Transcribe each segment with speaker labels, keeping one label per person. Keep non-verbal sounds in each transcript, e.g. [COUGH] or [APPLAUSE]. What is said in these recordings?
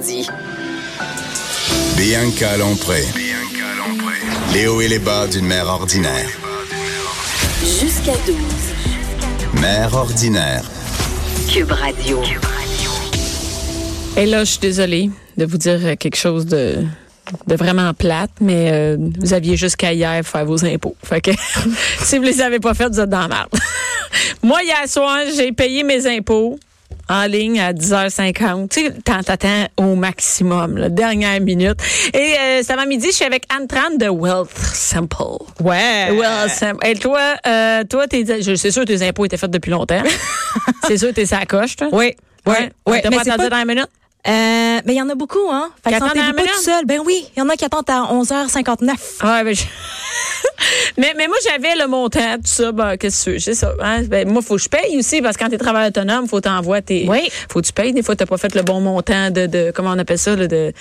Speaker 1: dit.
Speaker 2: Bianca Lompré. Les hauts et les bas d'une mère ordinaire.
Speaker 1: Jusqu'à 12.
Speaker 2: Mère ordinaire.
Speaker 1: Cube Radio.
Speaker 3: Et là, je suis désolée de vous dire euh, quelque chose de, de vraiment plate, mais euh, vous aviez jusqu'à hier pour faire vos impôts. Fait que [LAUGHS] si vous les avez pas faites, vous êtes dans la merde. [LAUGHS] Moi, hier soir, j'ai payé mes impôts en ligne à 10h50. Tu sais, t'en- t'attends au maximum, la dernière minute. Et euh, cet avant-midi, je suis avec Anne Tran de Wealth Simple.
Speaker 4: Ouais.
Speaker 3: Wealth Simple. Et toi, euh, toi, t'es, je- c'est sûr que tes impôts étaient faits depuis
Speaker 4: [LAUGHS]
Speaker 3: longtemps. c'est sûr que t'es sacoche, toi.
Speaker 4: Oui. Oui. oui.
Speaker 3: T'as
Speaker 4: Mais
Speaker 3: pas
Speaker 4: c'est
Speaker 3: attendu
Speaker 4: pas-
Speaker 3: dans la minute?
Speaker 4: Euh, mais il y en a beaucoup, hein. Fait
Speaker 3: Qui
Speaker 4: que
Speaker 3: attendent à la
Speaker 4: sentez-vous pas
Speaker 3: minute?
Speaker 4: tout seul. Ben oui, il y en a qui attendent à 11h59.
Speaker 3: Ouais, ben, je- [LAUGHS] mais, mais moi, j'avais le montant, tout ça. Ben, qu'est-ce que tu veux, c'est ça. hein? Ben, moi, faut que je paye aussi, parce que quand t'es travailleur autonome, faut t'envoyer tes.
Speaker 4: Oui.
Speaker 3: Faut que tu payes. Des fois, t'as pas fait le bon montant de, de comment on appelle ça, là, de.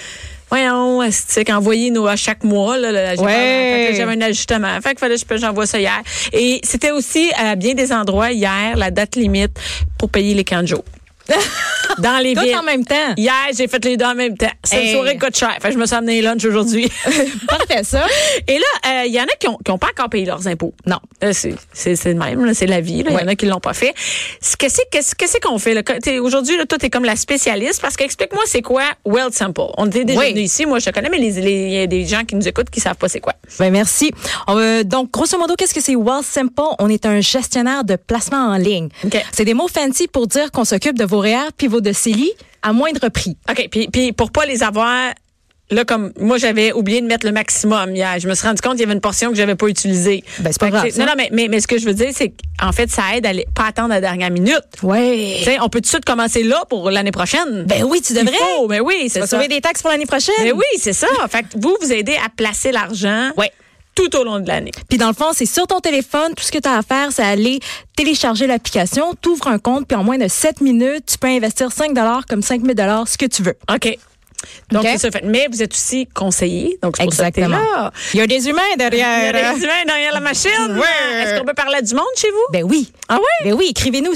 Speaker 3: Voyons, tu sais, qu'envoyer nos à chaque mois, là, là, j'ai
Speaker 4: Ouais.
Speaker 3: pas- fait que là, j'avais un ajustement. Fait qu'il fallait que je- j'envoie ça hier. Et c'était aussi à bien des endroits hier, la date limite pour payer les canjos.
Speaker 4: [LAUGHS]
Speaker 3: Dans les villes.
Speaker 4: Tout en même temps.
Speaker 3: Hier, j'ai fait les deux en même temps. Cette
Speaker 4: Hey.
Speaker 3: soirée coûte cher. Fait que je me suis amené lunch
Speaker 4: [LAUGHS]
Speaker 3: aujourd'hui.
Speaker 4: Parfait, ça.
Speaker 3: Et là, euh, il y en a qui n'ont pas encore payé leurs impôts.
Speaker 4: Non.
Speaker 3: Euh, c'est c'est- c'est le même, là, c'est la vie. là. Il y en a qui l'ont pas fait. Ce que c'est- Qu'est-ce qu'est-ce qu'on fait? là? Que- t'es- Aujourd'hui, là, toi, tu es comme la spécialiste parce qu'explique-moi, c'est quoi World Simple? On était déjà
Speaker 4: Oui.
Speaker 3: venus ici, moi je te connais, mais les- les- il y a des gens qui nous écoutent qui savent pas c'est quoi.
Speaker 4: Ben merci. On, euh, donc, grosso modo, qu'est-ce que c'est Wealth Simple? On est un gestionnaire de placement en ligne.
Speaker 3: OK.
Speaker 4: C'est des mots fancy pour dire qu'on s'occupe de vos REER puis vos CELI à moindre prix.
Speaker 3: OK, puis, puis pour pas les avoir, là, comme moi, j'avais oublié de mettre le maximum hier. Je me suis rendu compte qu'il y avait une portion que j'avais pas utilisée.
Speaker 4: Ben, c'est pas
Speaker 3: Fait que
Speaker 4: grave, ça.
Speaker 3: Non, non, mais, mais, mais ce que je veux dire, c'est qu'en fait, ça aide à les- pas attendre la dernière minute.
Speaker 4: Ouais.
Speaker 3: Tu sais, on peut tout de suite commencer là pour l'année prochaine.
Speaker 4: Ben oui, tu devrais.
Speaker 3: Il faut, mais oui,
Speaker 4: Tu
Speaker 3: c'est
Speaker 4: vas
Speaker 3: ça.
Speaker 4: sauver des taxes pour l'année prochaine.
Speaker 3: Mais oui, c'est ça. Fait que vous, vous aidez à placer l'argent
Speaker 4: Ouais.
Speaker 3: tout au long de l'année.
Speaker 4: Puis dans le fond, c'est sur ton téléphone. Tout ce que tu as à faire, c'est aller télécharger l'application, t'ouvres un compte, puis en moins de 7 minutes, tu peux investir 5 comme 5 000 ce que tu veux.
Speaker 3: OK. Donc,
Speaker 4: OK.
Speaker 3: c'est ça. Fait- Mais vous êtes aussi conseiller. Donc, c'est pour ça que t'es là. Euh,
Speaker 4: Il y a des humains
Speaker 3: Il y a
Speaker 4: derrière.
Speaker 3: des humains derrière la machine.
Speaker 4: Ouais.
Speaker 3: Est-ce qu'on peut parler à du monde chez vous?
Speaker 4: Ben oui.
Speaker 3: Ah ouais?
Speaker 4: Ben oui, écrivez-nous au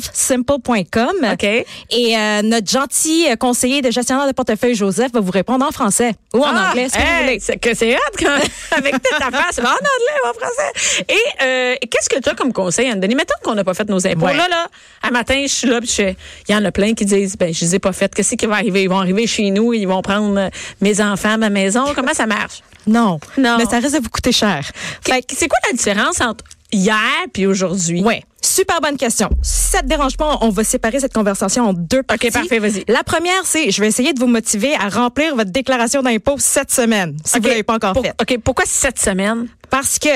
Speaker 4: support@wealthsimple.com.
Speaker 3: OK.
Speaker 4: Et euh, notre gentil euh, conseiller de gestionnaire de portefeuille, Joseph, va vous répondre en français ou en
Speaker 3: Ah,
Speaker 4: anglais, ce que vous
Speaker 3: hey,
Speaker 4: voulez.
Speaker 3: C'est que c'est hot quand
Speaker 4: [LAUGHS]
Speaker 3: avec toute ta face. En anglais, ou en français. Et euh, qu'est-ce que tu as comme conseil, Anne-Denis? Mettons qu'on n'a pas fait nos impôts.
Speaker 4: Ouais.
Speaker 3: Là, là, un matin, je suis là, puis je fais- il y en a plein qui disent, ben, je les ai pas faites. Qu'est-ce qui va arriver? Ils vont arriver chez nous, ils vont prendre euh, mes enfants, ma maison. Comment ça
Speaker 4: [LAUGHS]
Speaker 3: marche?
Speaker 4: Non.
Speaker 3: Non.
Speaker 4: Mais ça risque de vous coûter cher.
Speaker 3: Fait que c'est quoi la différence entre hier puis aujourd'hui?
Speaker 4: Ouais. Super bonne question. Si ça te dérange pas, on va séparer cette conversation en deux parties.
Speaker 3: parfait, vas-y.
Speaker 4: La première, c'est je vais essayer de vous motiver à remplir votre déclaration d'impôt cette semaine, si vous
Speaker 3: OK,
Speaker 4: l'avez pas encore
Speaker 3: pour-
Speaker 4: faite.
Speaker 3: OK, pourquoi cette semaine?
Speaker 4: Parce que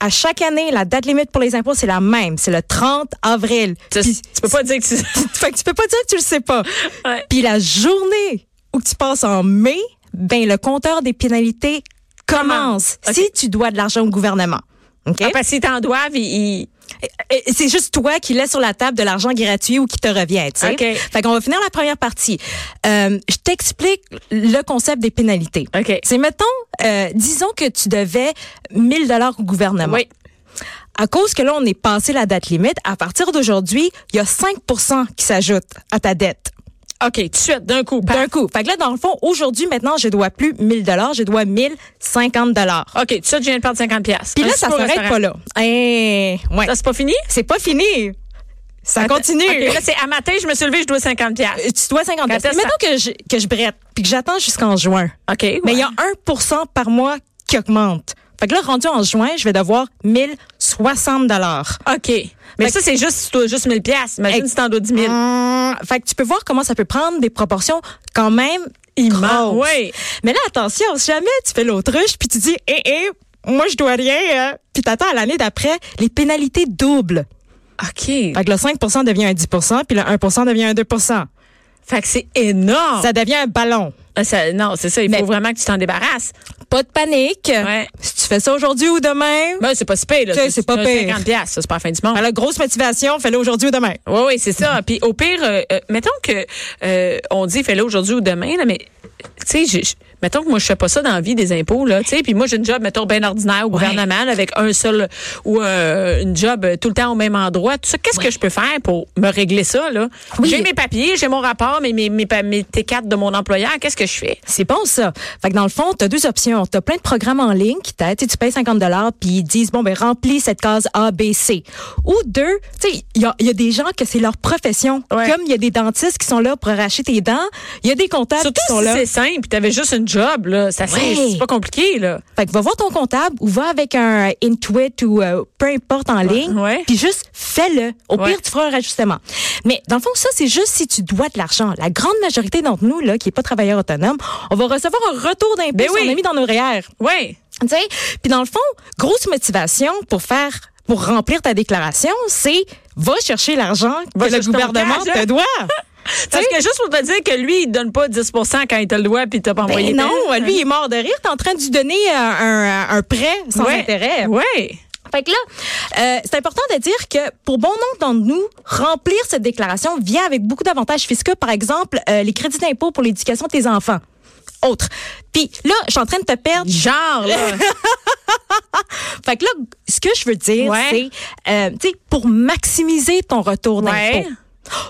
Speaker 4: à chaque année, la date limite pour les impôts, c'est la même, c'est le 30 avril.
Speaker 3: Tu,
Speaker 4: Puis-
Speaker 3: tu peux pas dire que tu...
Speaker 4: [LAUGHS] fait que tu peux pas dire que tu le sais pas.
Speaker 3: Ouais.
Speaker 4: Puis la journée où tu passes en mai, ben le compteur des pénalités commence.
Speaker 3: Commence.
Speaker 4: Si tu dois de l'argent au gouvernement. OK?
Speaker 3: Ah, parce qu'ils t'en doivent, ils... ils-
Speaker 4: Et- et C'est juste toi qui laisse sur la table de l'argent gratuit ou qui te revient, tu sais.
Speaker 3: OK.
Speaker 4: Fait qu'on va finir la première partie. Euh, je t'explique le concept des pénalités.
Speaker 3: OK.
Speaker 4: C'est mettons, euh, disons que tu devais 1000 dollars au gouvernement.
Speaker 3: Oui.
Speaker 4: À cause que là, on est passé la date limite, à partir d'aujourd'hui, il y a 5 qui s'ajoute à ta dette.
Speaker 3: OK, tout de suite, d'un coup. paf.
Speaker 4: D'un coup. Fait que là, dans le fond, aujourd'hui, maintenant, je dois plus 1000 dollars, je dois 1050 dollars.
Speaker 3: OK, tout de suite, je viens de perdre 50 pièces.
Speaker 4: Puis là, ça s'arrête pas là. Hein, ouais.
Speaker 3: Ça, c'est pas fini?
Speaker 4: C'est pas fini. Ça continue.
Speaker 3: OK, là, c'est à matin, je me suis levée, je dois 50 pièces.
Speaker 4: Euh, tu dois 50
Speaker 3: Quand est-ce
Speaker 4: Mettons que je, que je brette, puis que j'attends jusqu'en juin.
Speaker 3: OK. ouais.
Speaker 4: Euh, Mais il y a 1 par mois qui augmente. Fait que là, rendu en juin, je vais devoir 1060 dollars.
Speaker 3: OK. Mais
Speaker 4: Fait
Speaker 3: ça, c'est juste, tu dois juste 1000 pièces. Imagine
Speaker 4: Ex-
Speaker 3: si t'en dois 10 000. Ah.
Speaker 4: Fait que tu peux voir comment ça peut prendre des proportions quand même immenses.
Speaker 3: oui.
Speaker 4: Mais là, attention, si jamais tu fais l'autruche, puis tu dis, hé, hé, moi, je dois rien, hein. puis t'attends à l'année d'après, les pénalités doublent.
Speaker 3: Ah. OK.
Speaker 4: Fait que le 5 devient un 10 puis le 1 devient un 2
Speaker 3: Fait que c'est énorme.
Speaker 4: Ça devient un ballon.
Speaker 3: Ah, ça- non, c'est ça, il
Speaker 4: Mais-
Speaker 3: faut vraiment que tu t'en débarrasses.
Speaker 4: Pas de panique.
Speaker 3: Ouais.
Speaker 4: Si tu fais ça aujourd'hui ou demain,
Speaker 3: Ben, c'est pas si pire, là.
Speaker 4: Tu sais, c'est pas
Speaker 3: un
Speaker 4: pire.
Speaker 3: 50 pièces, ça, c'est pas la fin du monde.
Speaker 4: ben là, grosse motivation, fais-le aujourd'hui ou demain.
Speaker 3: Oui, oui, c'est ça. Puis au pire, euh, euh, mettons que euh, on dit fais-le aujourd'hui ou demain, là, mais tu sais, je- je- mettons que moi, je fais pas ça dans la vie des impôts, là, tu sais, puis moi, j'ai une job, mettons, bien ordinaire au gouvernement, là, avec un seul, ou euh, une job euh, tout le temps au même endroit, tout ça, qu'est-ce que je peux faire pour me régler ça, là?
Speaker 4: Oui.
Speaker 3: J'ai mes papiers, j'ai mon rapport, mes, mes, mes, pa- mes T4 de mon employeur, qu'est-ce que je fais?
Speaker 4: C'est bon ça. Fait que dans le fond, tu as deux options. Tu as plein de programmes en ligne qui t'aident. Tu sais, Tu payes 50 puis ils disent, bon, ben remplis cette case A, B, C. Ou deux, tu sais, il y a, il y a des gens que c'est leur profession.
Speaker 3: Ouais.
Speaker 4: Comme il y a des dentistes qui sont là pour arracher tes dents, il y a des comptables
Speaker 3: Surtout
Speaker 4: qui sont
Speaker 3: si
Speaker 4: Ah, là.
Speaker 3: c'est simple, puis t'avais juste une job, là, ça, c'est-
Speaker 4: Ouais.
Speaker 3: c'est pas compliqué, là.
Speaker 4: Fait que va voir ton comptable ou va avec un euh, Intuit ou euh, peu importe en ligne,
Speaker 3: ouais.
Speaker 4: puis juste fais-le. Au
Speaker 3: Ouais.
Speaker 4: pire, tu feras un ajustement. Mais dans le fond, ça, c'est juste si tu dois de l'argent. La grande majorité d'entre nous, là, qui n'est pas travailleur autonome, on va recevoir un retour d'impôt
Speaker 3: Ben
Speaker 4: qu'on
Speaker 3: oui.
Speaker 4: a mis dans nos REER.
Speaker 3: Oui.
Speaker 4: Tu sais, Puis dans le fond, grosse motivation pour faire pour remplir ta déclaration, c'est va chercher l'argent
Speaker 3: Va
Speaker 4: que le
Speaker 3: chercher ton
Speaker 4: gouvernement
Speaker 3: cash, hein.
Speaker 4: te doit.
Speaker 3: [LAUGHS] Parce que juste pour te dire que lui, il donne pas 10 quand il te le doit, puis t'as pas envoyé.
Speaker 4: Ben non, lui, il est mort de rire. T'es en train de lui donner euh, un, un prêt sans intérêt.
Speaker 3: Oui.
Speaker 4: Fait que là, euh, c'est important de dire que pour bon nombre d'entre nous, remplir cette déclaration vient avec beaucoup d'avantages fiscaux, par exemple euh, les crédits d'impôt pour l'éducation de tes enfants. Autre. Puis là, je suis en train de te perdre.
Speaker 3: Genre, là.
Speaker 4: [LAUGHS] Fait que là, ce que je veux dire,
Speaker 3: Ouais.
Speaker 4: c'est, euh, tu sais, pour maximiser ton retour d'impôt,
Speaker 3: Ouais.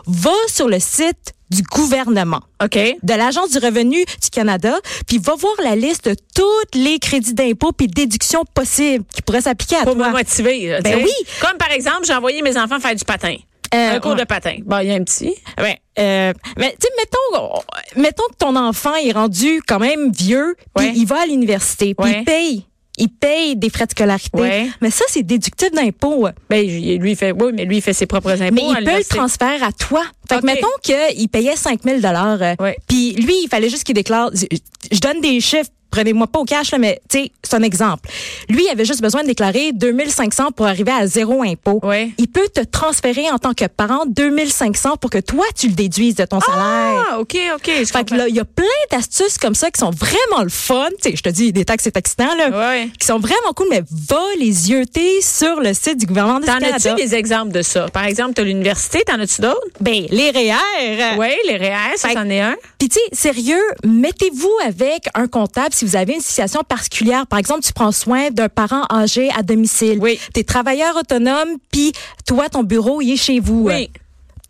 Speaker 4: va sur le site du gouvernement.
Speaker 3: OK.
Speaker 4: de l'Agence du revenu du Canada, puis va voir la liste de tous les crédits d'impôt puis déductions possibles qui pourraient s'appliquer à
Speaker 3: Pour
Speaker 4: toi.
Speaker 3: me motiver. là,
Speaker 4: Ben
Speaker 3: tu sais.
Speaker 4: oui.
Speaker 3: Comme par exemple, j'ai envoyé mes enfants faire du patin.
Speaker 4: Euh,
Speaker 3: un cours
Speaker 4: ouais.
Speaker 3: de patin. Bon, il y a un petit.
Speaker 4: Ouais, euh, mais tu sais, mettons, on- mettons que ton enfant est rendu quand même vieux, puis
Speaker 3: Ouais.
Speaker 4: il va à l'université, puis
Speaker 3: Ouais.
Speaker 4: il paye. Il paye des frais de scolarité.
Speaker 3: Ouais.
Speaker 4: Mais ça, c'est déductible d'impôt.
Speaker 3: Ben, j- lui, il fait, oui, mais lui, il fait ses propres impôts.
Speaker 4: Mais
Speaker 3: à
Speaker 4: il peut le
Speaker 3: l'université.
Speaker 4: transférer à toi. Fait
Speaker 3: Ok.
Speaker 4: que mettons qu'il payait 5 000 euh,
Speaker 3: Ouais.
Speaker 4: Puis lui, il fallait juste qu'il déclare. Je, je donne des chiffres, prenez-moi pas au cash, là, mais tu sais, c'est un exemple. Lui, il avait juste besoin de déclarer 2 500 pour arriver à zéro impôt.
Speaker 3: Ouais.
Speaker 4: Il peut te transférer en tant que parent 2 500 pour que toi, tu le déduises de ton salaire.
Speaker 3: Ah, OK, OK. je
Speaker 4: Fait que
Speaker 3: comprends.
Speaker 4: là, il y a plein d'astuces comme ça qui sont vraiment le fun. Tu sais, je te dis, des taxes, c'est excitant, là.
Speaker 3: Ouais.
Speaker 4: Qui sont vraiment cool, mais va les yeuter sur le site du gouvernement du
Speaker 3: T'en
Speaker 4: Canada.
Speaker 3: as-tu des exemples de ça? Par exemple, t'as l'université, t'en as-tu d'autres?
Speaker 4: Ben, les REER.
Speaker 3: Oui, les REER, ça,
Speaker 4: Euh, Fait-
Speaker 3: c'en est un.
Speaker 4: Puis tu sais, sérieux, mettez-vous avec un comptable si vous avez une situation particulière. Par exemple, tu prends soin d'un parent âgé à domicile.
Speaker 3: Oui.
Speaker 4: T'es travailleur autonome, puis toi, ton bureau, il est chez vous.
Speaker 3: Oui.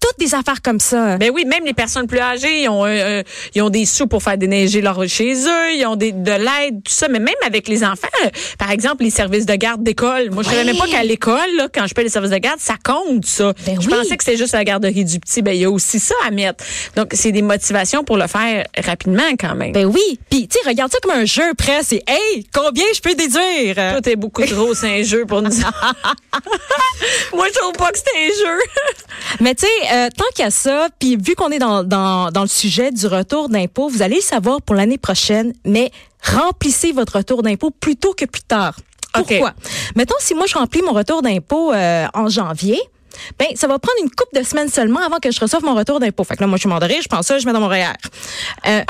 Speaker 4: Toutes des affaires comme ça.
Speaker 3: Ben oui, même les personnes plus âgées, ils ont, euh, euh, ils ont des sous pour faire déneiger leur chez eux, ils ont des, de l'aide, tout ça. Mais même avec les enfants, euh, par exemple, les services de garde d'école. Moi, je savais même pas qu'à l'école, là, quand je paye les services de garde, ça compte, ça.
Speaker 4: Ben
Speaker 3: je
Speaker 4: oui.
Speaker 3: pensais que c'était juste la garderie du petit. Ben, il y a aussi ça à mettre. Donc, c'est des motivations pour le faire rapidement, quand même.
Speaker 4: Ben oui. Puis tu sais, regarde ça comme un jeu prêt. C'est, hey, combien je peux déduire?
Speaker 3: tout est beaucoup trop, c'est un jeu pour nous.
Speaker 4: [LAUGHS]
Speaker 3: Moi, je trouve pas que c'est un jeu.
Speaker 4: Mais tu sais, euh, tant qu'à ça, puis vu qu'on est dans, dans, dans le sujet du retour d'impôt, vous allez le savoir pour l'année prochaine, mais remplissez votre retour d'impôt plus tôt que plus tard.
Speaker 3: OK.
Speaker 4: Pourquoi? Mettons, si moi je remplis mon retour d'impôt euh, en janvier, ben ça va prendre une couple de semaines seulement avant que je reçoive mon retour d'impôt. Fait que là, moi, je suis mandarée, je pense ça, je mets dans mon REER. Euh,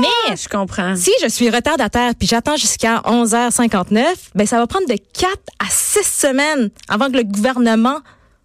Speaker 4: mais
Speaker 3: [LAUGHS] je comprends.
Speaker 4: si je suis retardataire puis j'attends jusqu'à 11h59, ben ça va prendre de 4 à 6 semaines avant que le gouvernement,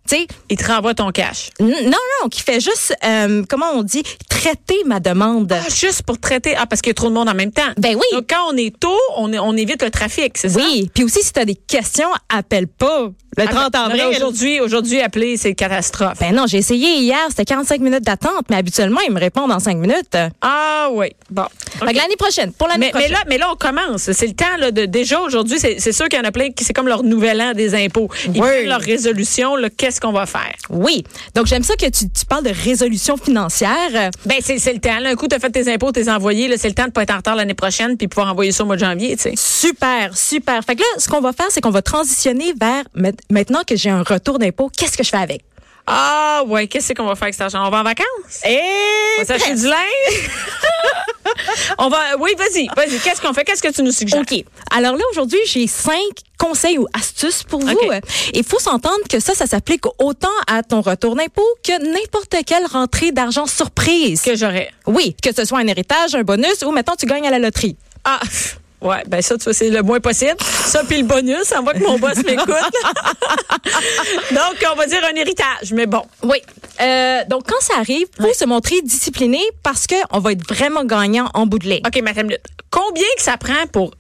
Speaker 4: tu sais,
Speaker 3: Il te renvoie ton cash.
Speaker 4: N- Non, non, qui fait juste, euh, comment on dit, traiter ma demande.
Speaker 3: Ah, juste pour traiter. Ah, parce qu'il y a trop de monde en même temps.
Speaker 4: Ben oui.
Speaker 3: Donc, quand on est tôt, on, est- on évite le trafic, c'est ça?
Speaker 4: oui, puis aussi, si tu as des questions, appelle pas le 30
Speaker 3: Attends, non, non,
Speaker 4: avril.
Speaker 3: Aujourd'hui, aujourd'hui, appeler, c'est catastrophe.
Speaker 4: Ben non, j'ai essayé hier, c'était 45 minutes d'attente, mais habituellement, ils me répondent en 5 minutes.
Speaker 3: Ah, oui. Bon.
Speaker 4: Fait
Speaker 3: OK.
Speaker 4: que l'année prochaine, pour l'année
Speaker 3: Mais, mais
Speaker 4: prochaine.
Speaker 3: là, mais là, on commence. C'est le temps là, de déjà aujourd'hui. C'est c'est sûr qu'il y en a plein qui c'est comme leur nouvel an des impôts. Ils
Speaker 4: Oui.
Speaker 3: prennent leur résolution. là, Qu'est-ce qu'on va faire
Speaker 4: oui. Donc, j'aime ça que tu, tu parles de résolution financière.
Speaker 3: Ben c'est c'est le temps. Là. Un coup, t'as fait tes impôts, t'es envoyé. là, C'est le temps de pas être en retard l'année prochaine puis pouvoir envoyer ça au mois de janvier. Tu sais.
Speaker 4: Super, super. Fait que là, ce qu'on va faire, c'est qu'on va transitionner vers ma- maintenant que j'ai un retour d'impôt, qu'est-ce que je fais avec?
Speaker 3: Ah ouais. Qu'est-ce qu'on va faire avec cet argent On va en vacances
Speaker 4: Et
Speaker 3: On va s'acheter du linge. [LAUGHS] on va. Oui, vas-y, vas-y. Qu'est-ce qu'on fait Qu'est-ce que tu nous suggères
Speaker 4: OK. Alors là, aujourd'hui, j'ai cinq conseils ou astuces pour vous.
Speaker 3: OK.
Speaker 4: Euh, Il faut s'entendre que ça, ça s'applique autant à ton retour d'impôt que n'importe quelle rentrée d'argent surprise.
Speaker 3: Que j'aurais.
Speaker 4: Oui, que ce soit un héritage, un bonus ou, mettons, tu gagnes à la loterie.
Speaker 3: Ah. Ouais, ben ça, tu vois, c'est le moins possible. Ça, puis le bonus, on voit que mon boss m'écoute. Donc, on va dire un héritage, mais bon.
Speaker 4: Oui. Euh, donc, quand ça arrive, faut se montrer discipliné parce que on va être vraiment gagnant en bout de ligne.
Speaker 3: OK, madame Lutte, combien que ça prend pour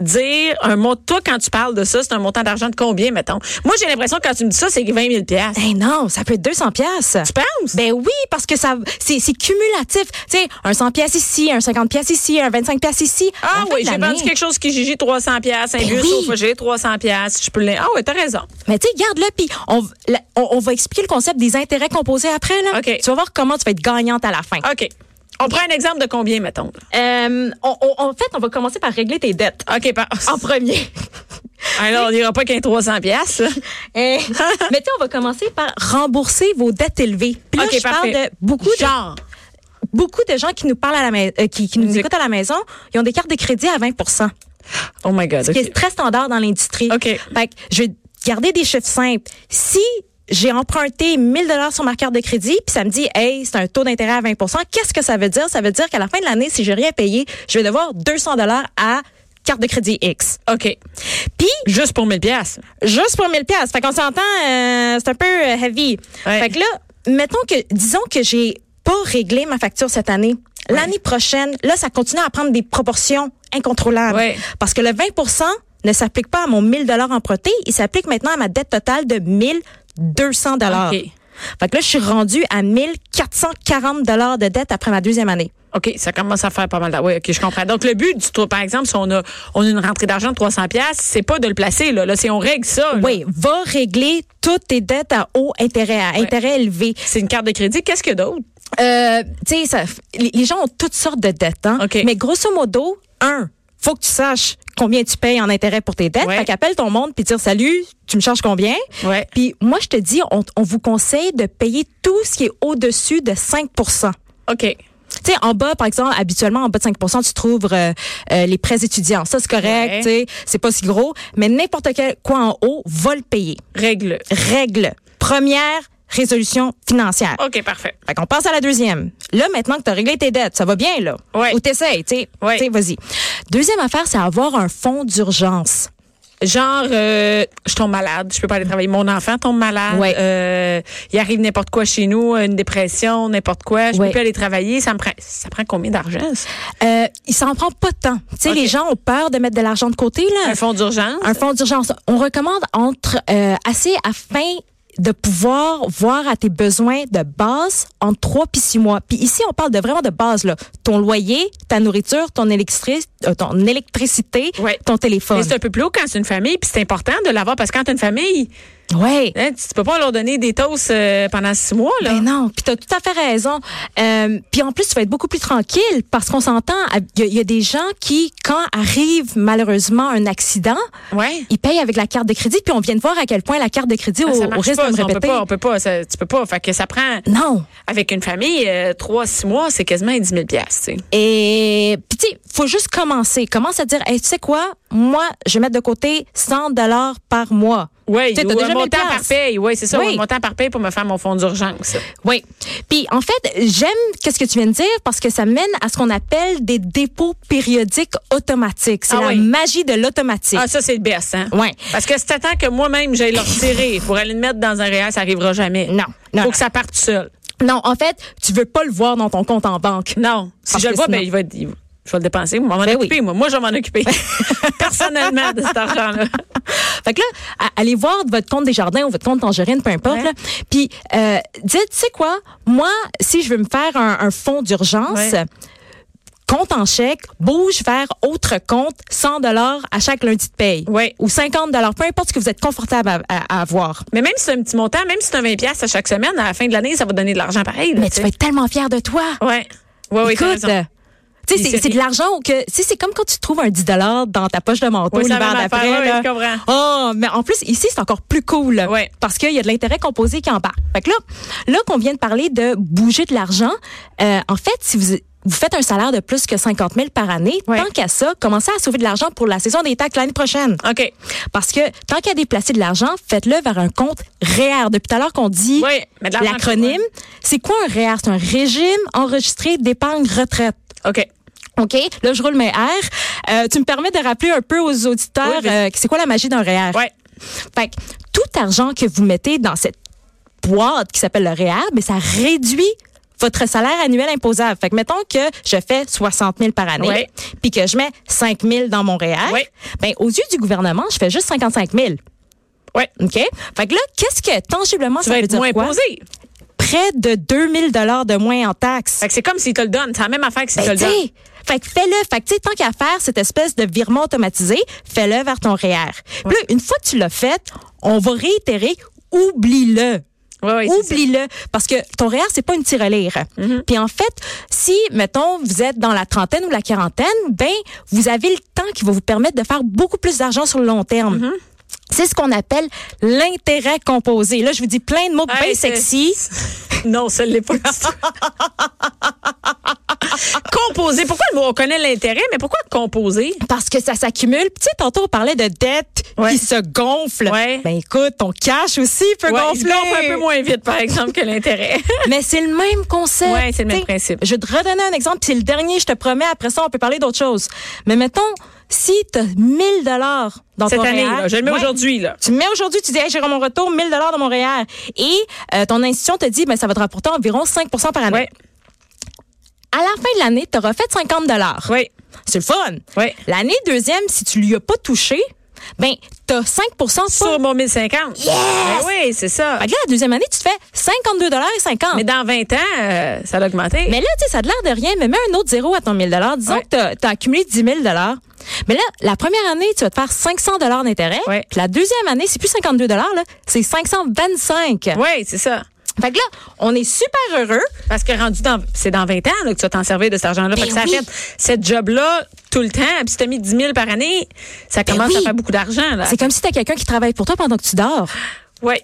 Speaker 3: dire un mot toi quand tu parles de ça, c'est un montant d'argent de combien mettons Moi, j'ai l'impression que quand tu me dis ça, c'est 20 000 pièces.
Speaker 4: Eh non, ça peut être 200 pièces.
Speaker 3: Tu penses
Speaker 4: Ben oui, parce que ça, c'est, c'est cumulatif. Tu sais, un 100 pièces ici, un 50 pièces ici, un 25 pièces ici.
Speaker 3: Ah
Speaker 4: En fin
Speaker 3: oui,
Speaker 4: de
Speaker 3: j'ai
Speaker 4: l'année.
Speaker 3: vendu quelque chose qui j'ai 300 pièces, un
Speaker 4: Ben
Speaker 3: vieux
Speaker 4: oui.
Speaker 3: sofa, j'ai 300 pièces, je peux le- Ah oui, t'as raison.
Speaker 4: Mais tu sais, garde-le, puis on, la- on, on va expliquer le concept des intérêts composés après. Là.
Speaker 3: OK.
Speaker 4: Tu vas voir comment tu vas être gagnante à la fin.
Speaker 3: OK. On prend un exemple de combien mettons. là.
Speaker 4: Euh, on- on- en fait, on va commencer par régler tes dettes
Speaker 3: OK,
Speaker 4: [LAUGHS]
Speaker 3: par...
Speaker 4: en premier.
Speaker 3: Alors, on n'ira pas qu'un 300 pièces.
Speaker 4: Eh, Mais tu sais, on va commencer par rembourser vos dettes élevées. Puis là,
Speaker 3: OK,
Speaker 4: je parle
Speaker 3: parfait.
Speaker 4: de beaucoup de,
Speaker 3: Genre.
Speaker 4: beaucoup de gens qui nous parlent à la mai- euh, qui, qui nous
Speaker 3: Musique.
Speaker 4: écoutent à la maison, ils ont des cartes de crédit à 20
Speaker 3: Oh my god.
Speaker 4: ce qui
Speaker 3: OK.
Speaker 4: est très standard dans l'industrie.
Speaker 3: OK.
Speaker 4: Fait que je vais garder des chiffres simples. Si j'ai emprunté 1000 dollars sur ma carte de crédit, puis ça me dit, hey, c'est un taux d'intérêt à 20 qu'est-ce que ça veut dire? Ça veut dire qu'à la fin de l'année, si j'ai rien payé, je vais devoir 200 dollars à carte de crédit X.
Speaker 3: OK.
Speaker 4: Puis,
Speaker 3: Juste pour 1000 pièces.
Speaker 4: juste pour 1000 pièces. Fait qu'on s'entend, euh, c'est un peu euh, heavy.
Speaker 3: Ouais.
Speaker 4: Fait que là, mettons que, disons que j'ai pas réglé ma facture cette année. L'année prochaine, là, ça continue à prendre des proportions incontrôlables.
Speaker 3: Ouais.
Speaker 4: Parce que le 20 ne s'applique pas à mon 1000 dollars emprunté, il s'applique maintenant à ma dette totale de 1200 dollars.
Speaker 3: OK.
Speaker 4: Fait que là, je suis rendue à 1440 dollars de dette après ma deuxième année.
Speaker 3: OK, ça commence à faire pas mal. d'a- Oui, OK, je comprends. Donc, le but du tour, par exemple, si on a, on a une rentrée d'argent de 300 pièces, c'est pas de le placer, là. Là, c'est on règle ça. Oh là.
Speaker 4: Oui, va régler toutes tes dettes à haut intérêt, à intérêt élevé.
Speaker 3: C'est une carte de crédit. Qu'est-ce qu'il y a d'autre?
Speaker 4: Euh, tu sais, ça- les les gens ont toutes sortes de dettes. Hein?
Speaker 3: OK.
Speaker 4: Mais grosso modo, un, faut que tu saches combien tu payes en intérêt pour tes dettes.
Speaker 3: Ouais.
Speaker 4: Fait qu'appelle ton monde puis dire salut, tu me charges combien?
Speaker 3: Ouais.
Speaker 4: Puis moi, je te dis, on, on vous conseille de payer tout ce qui est au-dessus de 5
Speaker 3: OK.
Speaker 4: tu sais, en bas, par exemple, habituellement, en bas de 5 tu trouves euh, euh, les prêts étudiants. Ça, c'est correct,
Speaker 3: Ouais.
Speaker 4: tu sais, c'est pas si gros. Mais n'importe quel quoi en haut, va le payer.
Speaker 3: Règle.
Speaker 4: Règle. Première résolution financière.
Speaker 3: OK, parfait.
Speaker 4: Fait qu'on passe à la deuxième. Là, maintenant que tu as réglé tes dettes, ça va bien, là.
Speaker 3: Ouais.
Speaker 4: Ou t'essayes, tu sais.
Speaker 3: Ouais.
Speaker 4: Tu sais, Vas-y. Deuxième affaire, c'est avoir un fonds d'urgence.
Speaker 3: Genre, euh, je tombe malade, je peux pas aller travailler. Mon enfant tombe malade.
Speaker 4: Ouais.
Speaker 3: euh, il arrive n'importe quoi chez nous, une dépression, n'importe quoi. Je
Speaker 4: Ouais.
Speaker 3: peux plus aller travailler. Ça me prend, ça prend combien d'argent?
Speaker 4: [LAUGHS]
Speaker 3: ça?
Speaker 4: Euh, il s'en prend pas de temps. Tu sais,
Speaker 3: Ok.
Speaker 4: les gens ont peur de mettre de l'argent de côté, là.
Speaker 3: Un fonds d'urgence.
Speaker 4: Un fonds d'urgence. On recommande entre euh, assez afin de pouvoir voir à tes besoins de base en trois puis six mois. Puis ici, on parle de vraiment de base, là. Ton loyer, ta nourriture, ton, électri- euh, ton électricité,
Speaker 3: Ouais.
Speaker 4: ton téléphone.
Speaker 3: Mais c'est un peu plus haut quand c'est une famille, puis c'est important de l'avoir parce que quand t'as une famille,
Speaker 4: Ouais.
Speaker 3: hein, tu tu peux pas leur donner des toasts euh, pendant six mois. Là.
Speaker 4: Ben non, puis t'as tout à fait raison. Euh, puis en plus, tu vas être beaucoup plus tranquille parce qu'on s'entend, il y, a- il y a des gens qui, quand arrive malheureusement un accident,
Speaker 3: Ouais. Ah,
Speaker 4: ils payent avec la carte de crédit, puis on vient de voir à quel point la carte de crédit, au,
Speaker 3: Ça
Speaker 4: au
Speaker 3: marche
Speaker 4: risque
Speaker 3: pas,
Speaker 4: de me
Speaker 3: ça, on peut
Speaker 4: répéter.
Speaker 3: pas, on peut pas, ça- tu peux pas. Fait que ça prend,
Speaker 4: Non.
Speaker 3: avec une famille, euh, trois, six mois, c'est quasiment 10 000 piastres, tu sais.
Speaker 4: Et puis tu sais, faut juste commencer. Commence à dire, hey, tu sais quoi, moi, je vais mettre de côté 100 dollars par mois.
Speaker 3: Oui,
Speaker 4: Tu sais, t'as déjà
Speaker 3: ou un
Speaker 4: 1000
Speaker 3: montant par
Speaker 4: piastres.
Speaker 3: paye. Oui, c'est ça,
Speaker 4: Oui.
Speaker 3: ou un montant par paye pour me faire mon fonds d'urgence.
Speaker 4: Oui. Puis en fait, j'aime qu'est-ce que tu viens de dire parce que ça mène à ce qu'on appelle des dépôts périodiques automatiques. C'est
Speaker 3: Ah
Speaker 4: la
Speaker 3: oui.
Speaker 4: magie de l'automatique.
Speaker 3: Ah, ça, c'est le best, hein?
Speaker 4: Ouais.
Speaker 3: Parce que si t'attends que moi-même, j'aille le retirer pour aller le mettre dans un réel, ça arrivera jamais.
Speaker 4: Non, non,
Speaker 3: Faut
Speaker 4: non.
Speaker 3: que ça parte tout seul.
Speaker 4: Non, en fait, tu veux pas le voir dans ton compte
Speaker 3: [LAUGHS]
Speaker 4: en banque.
Speaker 3: Non. Si
Speaker 4: Parce
Speaker 3: je le
Speaker 4: que
Speaker 3: vois, ben,
Speaker 4: sinon-
Speaker 3: il va être- il- je vais le dépenser. Moi, m'en
Speaker 4: Ben oui.
Speaker 3: occuper, moi. Moi, je vais m'en
Speaker 4: [LAUGHS]
Speaker 3: occuper. Personnellement, de cet argent-là.
Speaker 4: Fait que là, a- allez voir votre compte des jardins ou votre compte tangerine, peu importe.
Speaker 3: Ouais.
Speaker 4: là. Puis euh, dites, tu sais quoi, moi, si je veux me faire un, un fonds d'urgence.
Speaker 3: Ouais.
Speaker 4: Compte en chèque, bouge vers autre compte, 100 dollars à chaque lundi de paye.
Speaker 3: Ouais.
Speaker 4: Ou 50 dollars, peu importe ce que vous êtes confortable à, à- à avoir.
Speaker 3: Mais même si c'est un petit montant, même si c'est un 20 piastres à chaque semaine, à la fin de l'année, ça va donner de l'argent pareil. là,
Speaker 4: Mais tu vas être tellement fier de toi.
Speaker 3: Ouais. Ouais, ouais, t'as
Speaker 4: Écoute,
Speaker 3: raison.
Speaker 4: euh, tu sais,
Speaker 3: Puis
Speaker 4: c'est-
Speaker 3: c'est-
Speaker 4: c'est de l'argent que, tu sais, c'est comme quand tu trouves un 10 dans ta poche de manteau
Speaker 3: Ouais, c'est la
Speaker 4: l'hiver
Speaker 3: même
Speaker 4: d'après.
Speaker 3: affaire, ouais,
Speaker 4: là.
Speaker 3: je comprends.
Speaker 4: Oh, mais en plus, ici, c'est encore plus cool.
Speaker 3: Ouais.
Speaker 4: Parce qu'il y a de l'intérêt composé qui embarque. Fait que là, là qu'on vient de parler de bouger de l'argent, euh, en fait, si vous, vous faites un salaire de plus que 50 000 par année,
Speaker 3: Ouais.
Speaker 4: tant qu'à ça, commencez à sauver de l'argent pour la saison des taxes l'année prochaine.
Speaker 3: OK.
Speaker 4: Parce que tant qu'à déplacer de l'argent, faites-le vers un compte REER. Depuis tout à l'heure qu'on dit
Speaker 3: Ouais, mais de l'argent,
Speaker 4: l'acronyme, c'est quoi un REER? C'est un régime enregistré d'épargne retraite.
Speaker 3: OK.
Speaker 4: OK, là, je roule mes R. Euh, tu me permets de rappeler un peu aux auditeurs
Speaker 3: Oui, vas-y.
Speaker 4: E euh, c'est quoi la magie d'un REER?
Speaker 3: Ouais.
Speaker 4: Fait que tout argent que vous mettez dans cette boîte qui s'appelle le E REER, mais ben, ça réduit votre salaire annuel imposable. Fait que mettons que je fais 60 000 par année,
Speaker 3: Ouais.
Speaker 4: puis que je mets 5 000 dans mon REER,
Speaker 3: Ouais.
Speaker 4: ben, aux yeux du gouvernement, je fais juste 55 000.
Speaker 3: Ouais.
Speaker 4: OK? Fait que là, qu'est-ce que tangiblement
Speaker 3: Tu
Speaker 4: ça
Speaker 3: vas
Speaker 4: veut
Speaker 3: être
Speaker 4: dire
Speaker 3: moins
Speaker 4: quoi?
Speaker 3: posé.
Speaker 4: Près de 2 000 de moins en taxes.
Speaker 3: Fait que c'est comme s'ils te le donnent. C'est la même affaire que s'ils
Speaker 4: Ben,
Speaker 3: te le
Speaker 4: t'sais,
Speaker 3: donnent.
Speaker 4: fait que fais-le. Fait que, tu sais, tant qu'à faire cette espèce de virement automatisé, fais-le vers ton REER. Puis là, une fois que tu l'as fait, on va réitérer, oublie-le.
Speaker 3: Ouais, ouais, c'est ça. Mm-hmm.
Speaker 4: Oublie-le. Parce que ton REER, c'est pas une tirelire. Puis en fait, si, mettons, vous êtes dans la trentaine ou la quarantaine, ben, vous avez le temps qui va vous permettre de faire beaucoup plus d'argent sur le long terme.
Speaker 3: Mm-hmm.
Speaker 4: C'est ce qu'on appelle l'intérêt composé. Là, je vous dis plein de mots bien
Speaker 3: Hey, c'est-
Speaker 4: sexy.
Speaker 3: Non, ça ne l'est pas du tout. composer. Pourquoi le mot? On connaît l'intérêt, mais pourquoi composer?
Speaker 4: parce que ça s'accumule. Puis, Tu sais, tantôt, on parlait de dette
Speaker 3: Ouais.
Speaker 4: qui se gonfle.
Speaker 3: Ouais.
Speaker 4: Ben écoute, ton cash aussi peut
Speaker 3: Ouais, il se
Speaker 4: gonfler.
Speaker 3: gonfle un peu moins vite, par exemple, que l'intérêt.
Speaker 4: Mais c'est le même concept.
Speaker 3: Ouais, c'est le même
Speaker 4: T'sais,
Speaker 3: principe.
Speaker 4: Je vais te redonner un exemple, puis c'est le dernier, je te promets. Après ça, on peut parler d'autre chose. Mais mettons, si tu as 1000 dollars dans
Speaker 3: Cette
Speaker 4: ton
Speaker 3: année,
Speaker 4: REER,
Speaker 3: là, je le mets
Speaker 4: ouais,
Speaker 3: aujourd'hui. là.
Speaker 4: Tu mets aujourd'hui, tu dis, hey, j'ai mon retour 1000 dollars dans mon REER. Et euh, ton institution te dit, ben, ça va te rapporter environ 5 par année.
Speaker 3: Oui,
Speaker 4: À la fin de l'année, tu auras fait 50 dollars.
Speaker 3: oui,
Speaker 4: C'est le fun.
Speaker 3: oui.
Speaker 4: L'année deuxième, si tu lui as pas touché, ben, t'as 5 de pas.
Speaker 3: Sur mon 1050. Yes! oui, c'est ça.
Speaker 4: Fait que là, la deuxième année, tu te fais 52 et 50.
Speaker 3: Mais
Speaker 4: Mais,
Speaker 3: dans 20 ans, euh, ça a augmenté.
Speaker 4: là, tu sais, ça a l'air de rien, mais mets un autre zéro à ton 1000 Disons
Speaker 3: Ouais.
Speaker 4: que t'as, t'as accumulé 10 000 Mais là, la première année, tu vas te faire 500 d'intérêt.
Speaker 3: Ouais.
Speaker 4: Puis la deuxième année, c'est plus 52 là, c'est 525.
Speaker 3: Oui, c'est ça.
Speaker 4: Fait que là, on est super heureux.
Speaker 3: Parce que rendu dans, c'est dans 20 ans là, que tu vas t'en servir de cet argent-là.
Speaker 4: Ben
Speaker 3: fait que ça
Speaker 4: oui.
Speaker 3: fait cette job-là tout le temps. Puis si t'as mis 10 000 par année, ça
Speaker 4: Ben
Speaker 3: commence à
Speaker 4: oui.
Speaker 3: faire beaucoup d'argent. là.
Speaker 4: C'est comme si t'as quelqu'un qui travaille pour toi pendant que tu dors.
Speaker 3: Oui.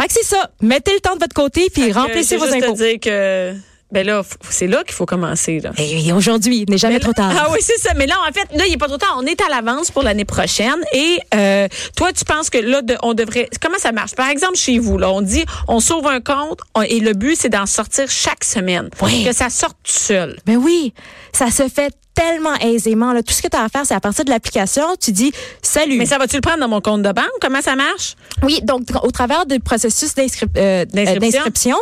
Speaker 4: Fait que c'est ça. Mettez le temps de votre côté puis remplissez
Speaker 3: Euh, je
Speaker 4: vos
Speaker 3: veux juste
Speaker 4: impôts.
Speaker 3: te dire que ben là, faut- c'est là qu'il faut commencer. Là.
Speaker 4: Et Eh aujourd'hui, il n'est jamais trop tard.
Speaker 3: Ah oui, c'est ça. Mais là, en fait, là, il n'est pas trop tard. On est à l'avance pour l'année prochaine. Et euh, toi, tu penses que là, de- on devrait. Comment ça marche? Par exemple, chez vous, là, on dit on sauve un compte on- et le but, c'est d'en sortir chaque semaine.
Speaker 4: Oui.
Speaker 3: Que ça sorte tout seul.
Speaker 4: Ben oui, ça se fait tellement aisément. Là. Tout ce que tu as à faire, c'est à partir de l'application, tu dis salut.
Speaker 3: Mais ça va-tu le prendre dans mon compte de banque? Comment ça marche?
Speaker 4: Oui, donc au travers du processus d'inscrip- euh,
Speaker 3: D'inscription.
Speaker 4: euh, d'inscription,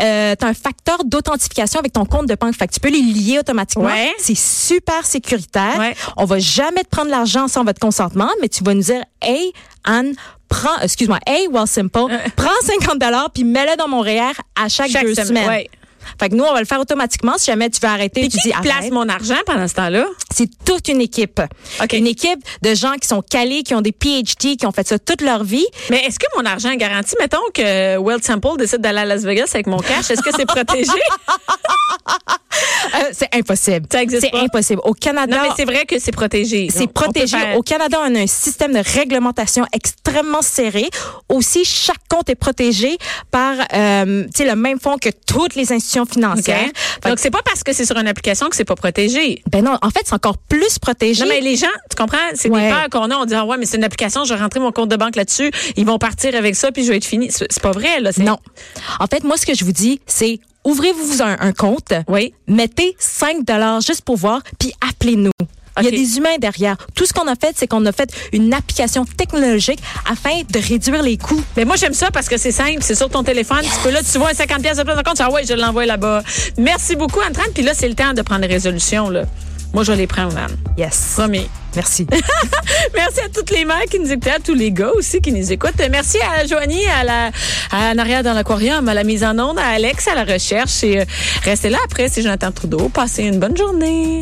Speaker 4: euh, tu as un facteur d'authentification avec ton compte de banque. Fait que tu peux les lier automatiquement.
Speaker 3: Ouais.
Speaker 4: C'est super sécuritaire.
Speaker 3: Ouais.
Speaker 4: On va jamais te prendre l'argent sans votre consentement, mais tu vas nous dire Hey, Anne, prends euh, excuse-moi, hey, Well Simple, [LAUGHS] prends 50 dollars puis mets-le dans mon REER à chaque,
Speaker 3: Euh. Chaque
Speaker 4: deux
Speaker 3: semaine,
Speaker 4: semaines.
Speaker 3: ouais.
Speaker 4: Fait que nous, on va le faire automatiquement. Si jamais tu veux arrêter,
Speaker 3: Et
Speaker 4: tu
Speaker 3: qui
Speaker 4: dis
Speaker 3: place
Speaker 4: arrête.
Speaker 3: mon argent pendant ce temps-là?
Speaker 4: C'est toute une équipe.
Speaker 3: OK.
Speaker 4: Une équipe de gens qui sont calés, qui ont des PhD, qui ont fait ça toute leur vie.
Speaker 3: Mais est-ce que mon argent est garanti? Mettons que Will Temple décide d'aller à Las Vegas avec mon cash. Est-ce que c'est [LAUGHS] protégé?
Speaker 4: Euh, c'est impossible.
Speaker 3: Ça existe
Speaker 4: C'est
Speaker 3: pas.
Speaker 4: impossible. Au Canada,
Speaker 3: Non, mais c'est vrai que c'est protégé.
Speaker 4: c'est
Speaker 3: On- on peut
Speaker 4: protégé.
Speaker 3: faire-
Speaker 4: Au Canada, on a un système de réglementation extrêmement serré. Aussi, chaque compte est protégé par euh, tu sais, le même fonds que toutes les institutions
Speaker 3: OK.
Speaker 4: financières. Fait
Speaker 3: Donc,
Speaker 4: que-
Speaker 3: c'est pas parce que c'est sur une application que c'est pas protégé.
Speaker 4: ben non, en fait, c'est encore plus protégé.
Speaker 3: Non, mais les gens, tu comprends? C'est des
Speaker 4: Ouais.
Speaker 3: peurs qu'on a. On dit, ah ouais, mais c'est une application, je vais rentrer mon compte de banque là-dessus. Ils vont partir avec ça, puis je vais être fini. C'est c'est pas vrai, là. c'est-
Speaker 4: Non. En fait, moi, ce que je vous dis, c'est ouvrez-vous un, un compte.
Speaker 3: Oui.
Speaker 4: Mettez 5 dollars juste pour voir, puis appelez-nous. Il y a
Speaker 3: OK.
Speaker 4: des humains derrière. Tout ce qu'on a fait, c'est qu'on a fait une application technologique afin de réduire les coûts.
Speaker 3: Mais moi, j'aime ça parce que c'est simple. C'est sur ton téléphone. Tu peux là, tu vois un 50 pièces de plus de compte. tu dis, Ah ouais, je l'envoie là-bas. Merci beaucoup, Anne-Tran. Puis là, c'est le temps de prendre les résolutions, là. Moi, je vais les prendre, Anne.
Speaker 4: Yes.
Speaker 3: Promis.
Speaker 4: Merci.
Speaker 3: [LAUGHS] Merci à toutes les mères qui nous écoutent, à tous les gars aussi qui nous écoutent. Euh, Merci à Joanie, à la, à en arrière dans l'aquarium, à la mise en onde, à Alex, à la recherche. Et euh, restez là après, c'est Jonathan Trudeau. Passez une bonne journée.